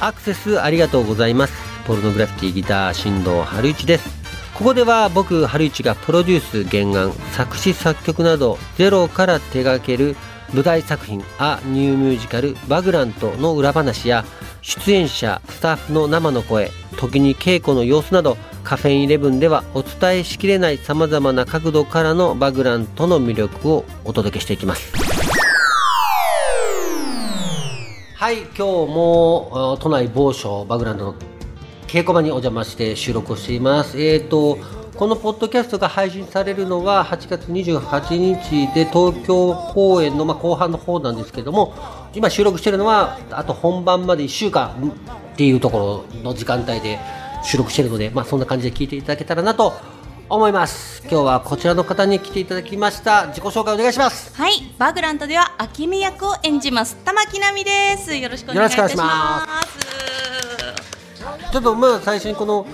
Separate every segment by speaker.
Speaker 1: アクセスありがとうございますポルノグラフィティギター新藤春一ですここでは僕春一がプロデュース原案作詞作曲などゼロから手掛ける舞台作品「ア・ニューミュージカル・バグラント」の裏話や出演者スタッフの生の声時に稽古の様子などカフェインイレブンではお伝えしきれないさまざまな角度からのバグラントの魅力をお届けしていきますはい今日もあ都内某所バグラントの稽古場にお邪魔して収録をしています。えー、とこのポッドキャストが配信されるのは8月28日で東京公演の、まあ、後半の方なんですけども今収録してるのはあと本番まで1週間っていうところの時間帯で収録してるので、まあ、そんな感じで聞いていただけたらなと思います今日はこちらの方に来ていただきました自己紹介お願いします
Speaker 2: はい、バグラントでは秋美役を演じます玉木奈美です。よろしくお願いいたします。
Speaker 1: ちょっとまあ最初にこの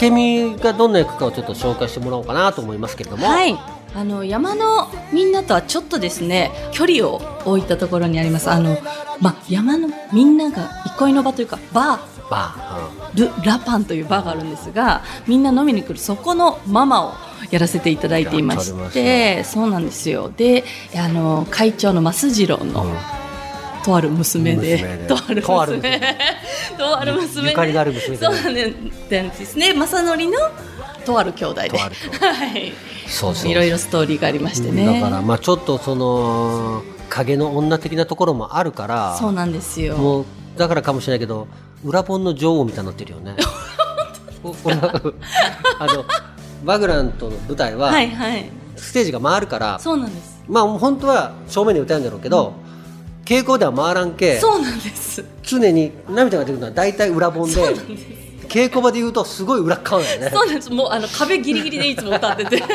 Speaker 1: 明美がどんな役かをちょっと紹介してもらおうかなと思いますけれども、
Speaker 2: はい、あの山のみんなとはちょっとですね、距離を置いたところにあります。あのまあ山のみんなが憩いの場というかバー。
Speaker 1: バー、うん
Speaker 2: ル・ラパンというバーがあるんですがみんな飲みに来るそこのママをやらせていただいていま
Speaker 1: やっておりま
Speaker 2: し
Speaker 1: して
Speaker 2: そうなんですよであの会長の増次郎の、とある娘で
Speaker 1: 娘で
Speaker 2: とある
Speaker 1: とある娘
Speaker 2: 娘 とある娘で
Speaker 1: ゆかりのある娘で
Speaker 2: そうなんですね正則のとある兄弟で
Speaker 1: とある兄
Speaker 2: はい
Speaker 1: そうそう
Speaker 2: いろいろストーリーがありましてね
Speaker 1: だからまあちょっとその影の女的なところもあるから
Speaker 2: そうなんですよ
Speaker 1: もうだからかもしれないけど裏本の女王みたいになってるよ ねおあのバグラントの舞台は
Speaker 2: はいはい
Speaker 1: ステージが回るから、
Speaker 2: そうなんです
Speaker 1: まあ本当は正面で歌うんだろうけど、傾向では回らんけ
Speaker 2: そうなんです
Speaker 1: 常に涙が出るのは大体裏本で
Speaker 2: そうなんです
Speaker 1: 稽古場で言うとすごい裏っ側だよね
Speaker 2: そうなんですもうあの壁ギリギリでいつも歌って て
Speaker 1: だ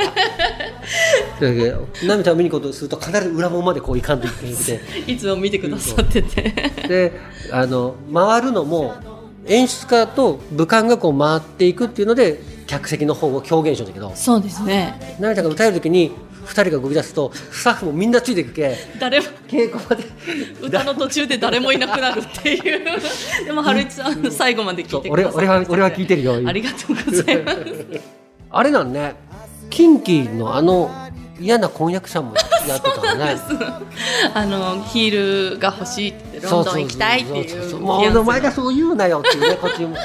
Speaker 1: けど涙を見に行こうとすると必ず裏本までこういかんといけなくて
Speaker 2: いつも見てくださってて
Speaker 1: であの回るのも演出家と武漢がこう回っていくっていうので客席の方を表現したんだけど
Speaker 2: そうですね
Speaker 1: 成田が歌える時に2人が動き出すとスタッフもみんなついていくけ
Speaker 2: 誰も
Speaker 1: 稽古場で
Speaker 2: 歌の途中で誰もいなくなるっていう でも春一さん最後まで聞いてく
Speaker 1: 俺
Speaker 2: ださって
Speaker 1: 俺は俺は聞いてるよ
Speaker 2: ありがとうございます
Speaker 1: あれなんねキンキのあの嫌な婚約者もやってたからね
Speaker 2: あのヒールが欲しいってロンドン行きたいっていう
Speaker 1: そうそうそう
Speaker 2: ニュアン
Speaker 1: も
Speaker 2: ス
Speaker 1: うお前がそう言うなよっていうねこっちも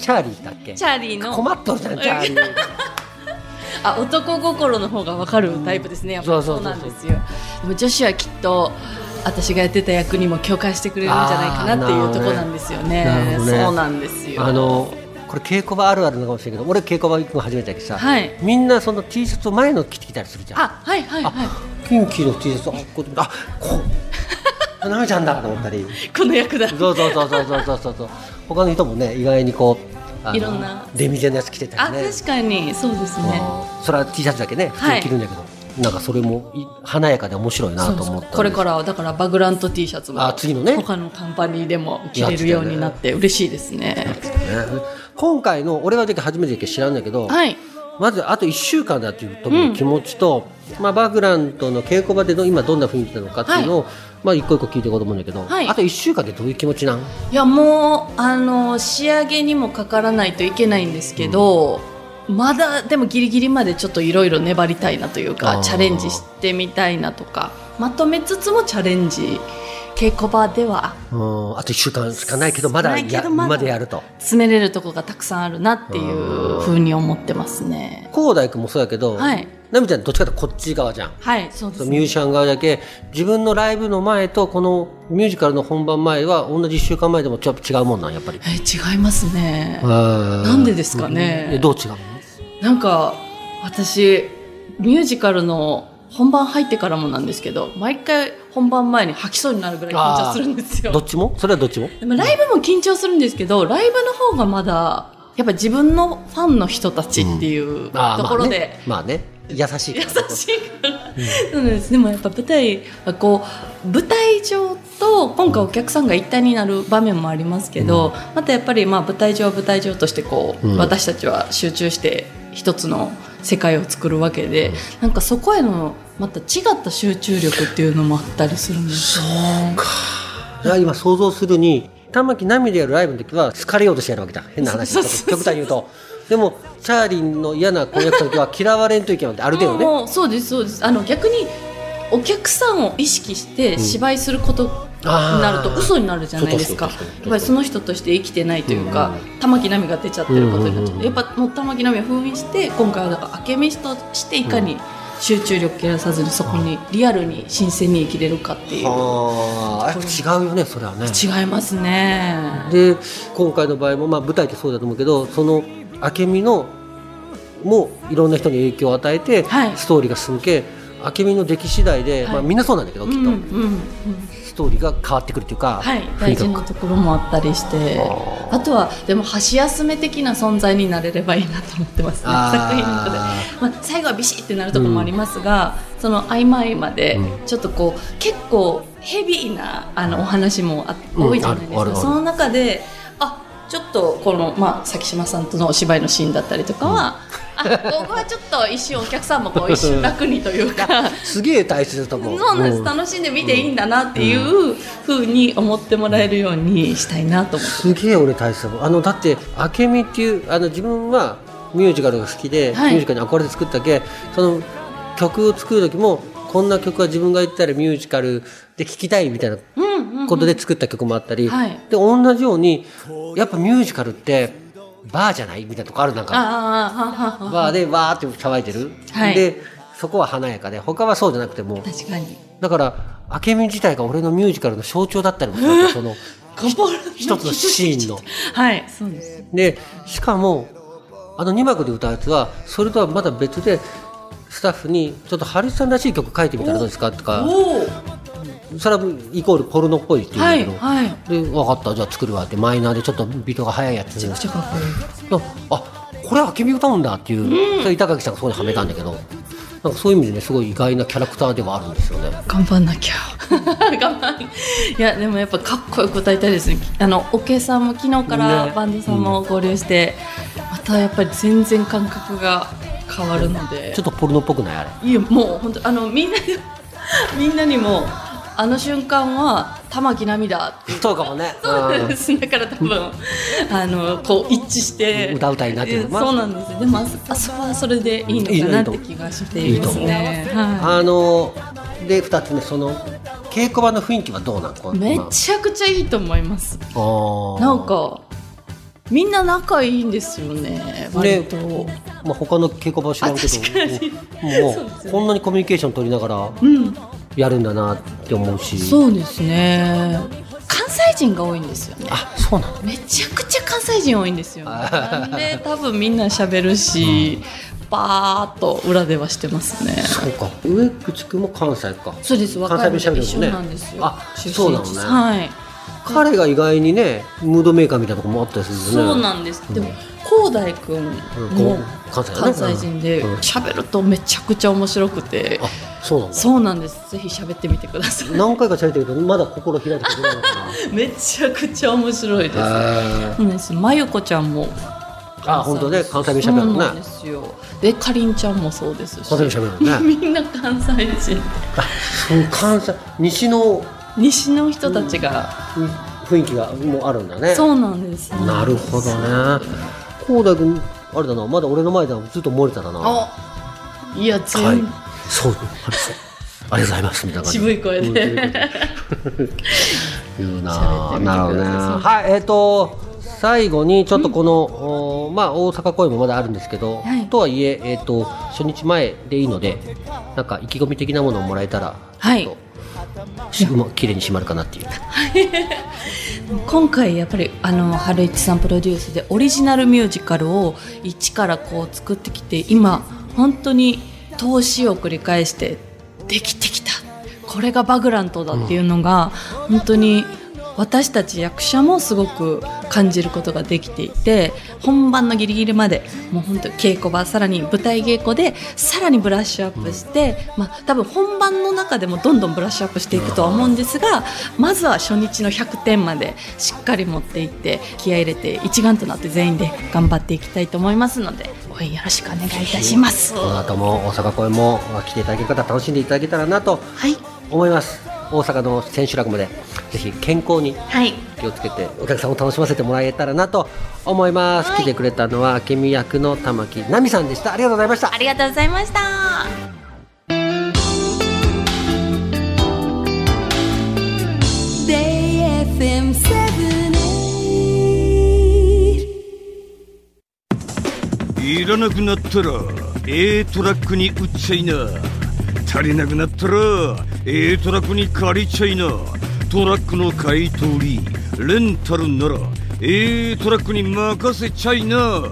Speaker 1: チャーリーだっけ
Speaker 2: チャーリーの
Speaker 1: 困っとるじゃんチャーリー。
Speaker 2: あ男心の方が分かるタイプですね、やっぱ
Speaker 1: そうそう
Speaker 2: そ
Speaker 1: そううそう
Speaker 2: なんですよでも女子はきっと私がやってた役にも共感してくれるんじゃないかなってい
Speaker 1: あー
Speaker 2: うところなんですよね
Speaker 1: なるほどね
Speaker 2: そうなんですよ
Speaker 1: あのこれ稽古場あるあるなのかもしれないけど俺稽古場行くの初めてだけどさ、
Speaker 2: はい
Speaker 1: みんなその T シャツを前の着てきたりするじゃん
Speaker 2: あはいはいは
Speaker 1: キンキの T シャツあこうあこうなめちゃんだと思ったり
Speaker 2: いこの役だ
Speaker 1: そうそうそうそうそうそうそう他の人もね意外にこうあの
Speaker 2: いろんな
Speaker 1: デミゼのやつ着てた
Speaker 2: あ
Speaker 1: りね
Speaker 2: 確かにそうですね
Speaker 1: まあそれは T シャツだけね普通
Speaker 2: は
Speaker 1: に
Speaker 2: い
Speaker 1: 着るんだけど、なんかそれもい華やかで面白いな
Speaker 2: そう
Speaker 1: と思ったん
Speaker 2: そう
Speaker 1: です
Speaker 2: これからはだからバグラント T シャツも
Speaker 1: あ次のね
Speaker 2: 他のカンパニーでも着れるようになって嬉しいですね
Speaker 1: ね今回の俺がだけ初めてだけど知らんだけど、
Speaker 2: はい
Speaker 1: まずあと1週間だという時の気持ちと、まあ、バグラントの稽古場での今どんな雰囲気なのかっていうのを、まあ、一個一個聞いていこうと思うんだけど、
Speaker 2: はい
Speaker 1: あと1週間でどういう気持ちなん
Speaker 2: いやもうあの仕上げにもかからないといけないんですけど、まだでもギリギリまでちょっといろいろ粘りたいなという
Speaker 1: あー
Speaker 2: かチャレンジしてみたいなとかまとめつつもチャレンジ稽古場では
Speaker 1: うんあと1週間しかないけどまだ
Speaker 2: 少ないけど
Speaker 1: や
Speaker 2: まだ
Speaker 1: まだやると
Speaker 2: 詰めれるとこがたくさんあるなっていうふうに思ってますね。
Speaker 1: 広大君もそうやけど、
Speaker 2: はい
Speaker 1: ナミちゃんどっちかってこっち側じゃん。
Speaker 2: はい、そうで
Speaker 1: そ
Speaker 2: す
Speaker 1: うミュー
Speaker 2: ね。
Speaker 1: ジシャン側だけ自分のライブの前とこのミュージカルの本番前は同じ1週間前でもちょっと違うもんなんやっぱり。
Speaker 2: えー違いますね。
Speaker 1: な
Speaker 2: なんでですかね
Speaker 1: どう違うの
Speaker 2: なんか私ミュージカルの本番入ってからもなんですけど毎回本番前に吐きそうになるぐらい緊張するんです
Speaker 1: ど
Speaker 2: よ
Speaker 1: っちもそれはどっちも
Speaker 2: でもライブも緊張するんですけどライブの方がまだやっぱ自分のファンの人たちっていうと
Speaker 1: あー
Speaker 2: ころで、
Speaker 1: まあね,、まあね優しい
Speaker 2: 優
Speaker 1: から
Speaker 2: しいから、そうなんですでもやっぱ舞台はこう舞台上と今回お客さんが一体になる場面もありますけど、またやっぱりまあ舞台上は舞台上としてこう、
Speaker 1: うん
Speaker 2: 私たちは集中して一つの世界を作るわけで、なんかそこへのまた違った集中力っていうのもあったりするんですよね。
Speaker 1: だから今想像するに玉木奈美でやるライブの時は好かれようとしてやるわけだ変な話
Speaker 2: そうそうそうそう
Speaker 1: 極端に言うとでもチャーリンの嫌な婚約者の時は嫌われんといけないわけある程度ね
Speaker 2: もうそうですそうですあの逆にお客さんを意識して芝居することになると嘘になるじゃないですか
Speaker 1: そう確かに確かに
Speaker 2: やっぱりその人として生きてないというか、玉木奈美が出ちゃってることになっちゃって、
Speaker 1: うんうんうん
Speaker 2: やっぱもう玉木奈美は封印して今回はだから明美としていかに集中力切らさずにそこにリアルに新鮮に生きれるかっていう
Speaker 1: はあやっぱ違うよねそれはね
Speaker 2: 違いますね
Speaker 1: で今回の場合も、まあ、舞台ってそうだと思うけどその明美のもいろんな人に影響を与えて、
Speaker 2: はい
Speaker 1: ストーリーが進むけ明美の出来次第で、
Speaker 2: はい
Speaker 1: まあ、みんなそうなんだけど、
Speaker 2: うん
Speaker 1: きっ
Speaker 2: うんう
Speaker 1: と
Speaker 2: ん
Speaker 1: ストーリーが変わってくるっていうか、
Speaker 2: はい
Speaker 1: 雰囲
Speaker 2: 大
Speaker 1: 気
Speaker 2: 事
Speaker 1: が
Speaker 2: なところもあったりして
Speaker 1: あ
Speaker 2: あとはでも箸休め的な存在になれればいいなと思ってますね作品の中で
Speaker 1: あ
Speaker 2: まあ、最後はビシッてなるところもありますが、その合間合間で
Speaker 1: う
Speaker 2: ちょっとこう結構ヘビーなあのお話もあ
Speaker 1: うん
Speaker 2: 多いじゃないです
Speaker 1: あるあ
Speaker 2: か、
Speaker 1: るある
Speaker 2: その中であちょっとこの、まあ、先島さんとのお芝居のシーンだったりとかは、あここはちょっと一瞬お客さんもこう一瞬楽にとい うか。
Speaker 1: すげえ大切だと思う
Speaker 2: そうなんです、
Speaker 1: ん
Speaker 2: 楽しんで見ていいんだなっていうふうに思ってもらえるようにしたいなと思って
Speaker 1: すげえ俺大切だもんあのだって明美っていうあの自分はミュージカルが好きで、
Speaker 2: はい
Speaker 1: ミュージカルに憧れて作ったけその曲を作る時もこんな曲は自分が言ったらミュージカルで聴きたいみたいな
Speaker 2: うんうんうん
Speaker 1: ことで作った曲もあったり、
Speaker 2: はい
Speaker 1: で同じようにやっぱミュージカルってバーじゃないみたいなとこあるなん
Speaker 2: ああ
Speaker 1: か
Speaker 2: ああああ
Speaker 1: バーでわーって騒いでる、
Speaker 2: はい
Speaker 1: でそこは華やかで他はそうじゃなくても
Speaker 2: 確かに
Speaker 1: だから明美自体が俺のミュージカルの象徴だったりもする わけその一つのシーンの。
Speaker 2: はいそうです
Speaker 1: でしかもあの2幕で歌うやつはそれとはまた別でスタッフに「ちょっとハリスさんらしい曲書いてみたらどうですか?」とか
Speaker 2: おお
Speaker 1: それはイコールポルノっぽいって
Speaker 2: は
Speaker 1: 言
Speaker 2: いう
Speaker 1: けど、
Speaker 2: はい
Speaker 1: で分かったじゃあ作るわってマイナーでちょっとビートが速いやつ
Speaker 2: めちゃくちゃかっこいい
Speaker 1: あこれは君歌うんだっていう、それ板垣さんがそこにはめたんだけどなんかそういう意味でねすごい意外なキャラクターではあるんですよね。
Speaker 2: 頑張んなきゃ 頑張んいやでもやっぱかっこよく歌いたいですねあのおけさんも昨日から
Speaker 1: ね
Speaker 2: バンドさんも合流して、またやっぱり全然感覚が変わるので
Speaker 1: ちょっとポルノっぽくない あれ
Speaker 2: いやもう本当あのみんなで みんなにもあの瞬間は玉木涙って
Speaker 1: そうかもね。
Speaker 2: そうですだから多分あのこう一致して
Speaker 1: 歌うたいなっていうのは
Speaker 2: そうなんですよでもあそあそこはそれでいいのかなって気がしていますねはい
Speaker 1: あので2つ目その稽古場の雰囲気はどうなんこの
Speaker 2: めちゃくちゃいいと思います
Speaker 1: あー
Speaker 2: なんかみんな仲いいんですよね割と、
Speaker 1: まあ、他の稽古場は知らんけど
Speaker 2: あ確かに
Speaker 1: も
Speaker 2: そう
Speaker 1: う
Speaker 2: ですね
Speaker 1: こんなにコミュニケーション取りながら
Speaker 2: うん
Speaker 1: やるんだなって思うし
Speaker 2: そうですね関西人が多いんですよね
Speaker 1: あそうなの
Speaker 2: めちゃくちゃ関西人多いんですよ
Speaker 1: あ
Speaker 2: なんで多分みんな喋るし、バーっと裏ではしてますね
Speaker 1: そうか上口くんも関西か
Speaker 2: そうです
Speaker 1: 関
Speaker 2: 若
Speaker 1: 西
Speaker 2: い
Speaker 1: 弁喋
Speaker 2: のと
Speaker 1: る
Speaker 2: 一緒
Speaker 1: も
Speaker 2: なん
Speaker 1: んね
Speaker 2: ですよ
Speaker 1: あ
Speaker 2: 出身地
Speaker 1: そうなのね
Speaker 2: はい
Speaker 1: 彼が意外にねムードメーカーみたいなとこもあったりするね
Speaker 2: そうなんです、でも広大くん
Speaker 1: うんこ
Speaker 2: も
Speaker 1: う関西だね
Speaker 2: 関西人で
Speaker 1: うん
Speaker 2: 喋るとめちゃくちゃ面白くて、
Speaker 1: あそうなんだ
Speaker 2: そうなんです。ぜひ喋ってみてください。
Speaker 1: 何回か喋ってるけどまだ心開いてくれないのかな
Speaker 2: めちゃくちゃ面白いです。
Speaker 1: あ
Speaker 2: そうです。まゆこちゃんも。
Speaker 1: ーあ本当ね関西弁喋る
Speaker 2: そう
Speaker 1: の
Speaker 2: なん
Speaker 1: ね
Speaker 2: ですよ。で、かりんちゃんもそうですし。
Speaker 1: 関西弁喋るのね
Speaker 2: みんな関西人。
Speaker 1: あそう関西西の
Speaker 2: 西の人たちが。
Speaker 1: うん雰囲気がもうあるんだね
Speaker 2: そうなんです。
Speaker 1: なるほどね。広大君、あれだな、まだ俺の前ではずっと漏れただな。は
Speaker 2: あ。いや、全、
Speaker 1: い。そう、あれそう。ありがとうございますみたいな感じ。
Speaker 2: 渋い声で
Speaker 1: うん渋い声で言うな
Speaker 2: 喋ってみてくださ
Speaker 1: あ。
Speaker 2: い
Speaker 1: なるほどね。はい、えっ、と。最後にちょっとこの、おまあ大阪公演もまだあるんですけど、
Speaker 2: はい
Speaker 1: とはいええっ、と初日前でいいのでなんか意気込み的なものをもらえたら
Speaker 2: はい
Speaker 1: ちょっとしもう綺麗に締まるかなっていう
Speaker 2: 今回やっぱりあの春一さんプロデュースでオリジナルミュージカルを一からこう作ってきて今本当に投資を繰り返してできてきたこれがバグラントだっていうのが本当に私たち役者もすごく感じることができていて本番のギリギリまでもう本当稽古場さらに舞台稽古でさらにブラッシュアップして、まあ、多分本番の中でもどんどんブラッシュアップしていくとは思うんですがまずは初日の100点までしっかり持っていって気合い入れて一丸となって全員で頑張っていきたいと思いますので応援よろしくお願いいたします。
Speaker 1: この後も大阪公演も来ていただける方楽しんでいただけたらなと
Speaker 2: はい
Speaker 1: 思います大阪の千秋楽までぜひ健康に
Speaker 3: はい
Speaker 1: 気をつけてお客さんを楽しませてもらえたらなと思います、
Speaker 3: はい
Speaker 1: 来てくれたのは明美役の玉木奈美さんでしたありがとうございました
Speaker 3: ありがとうございました
Speaker 4: いらなくなったら A トラックに売っちゃいな足りなくなったら A トラックに借りちゃいなトラックの買い取りレンタルなら A トラックに任せちゃいな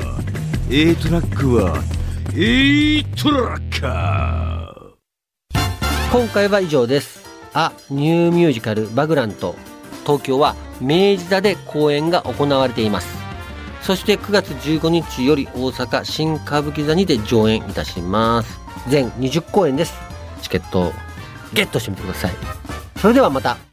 Speaker 4: A トラックは A トラックか
Speaker 1: 今回は以上ですあニューミュージカル「バグラント」東京は明治座で公演が行われていますそして9月15日より大阪新歌舞伎座にて上演いたします全20公演ですチケットをゲットしてみてくださいそれではまた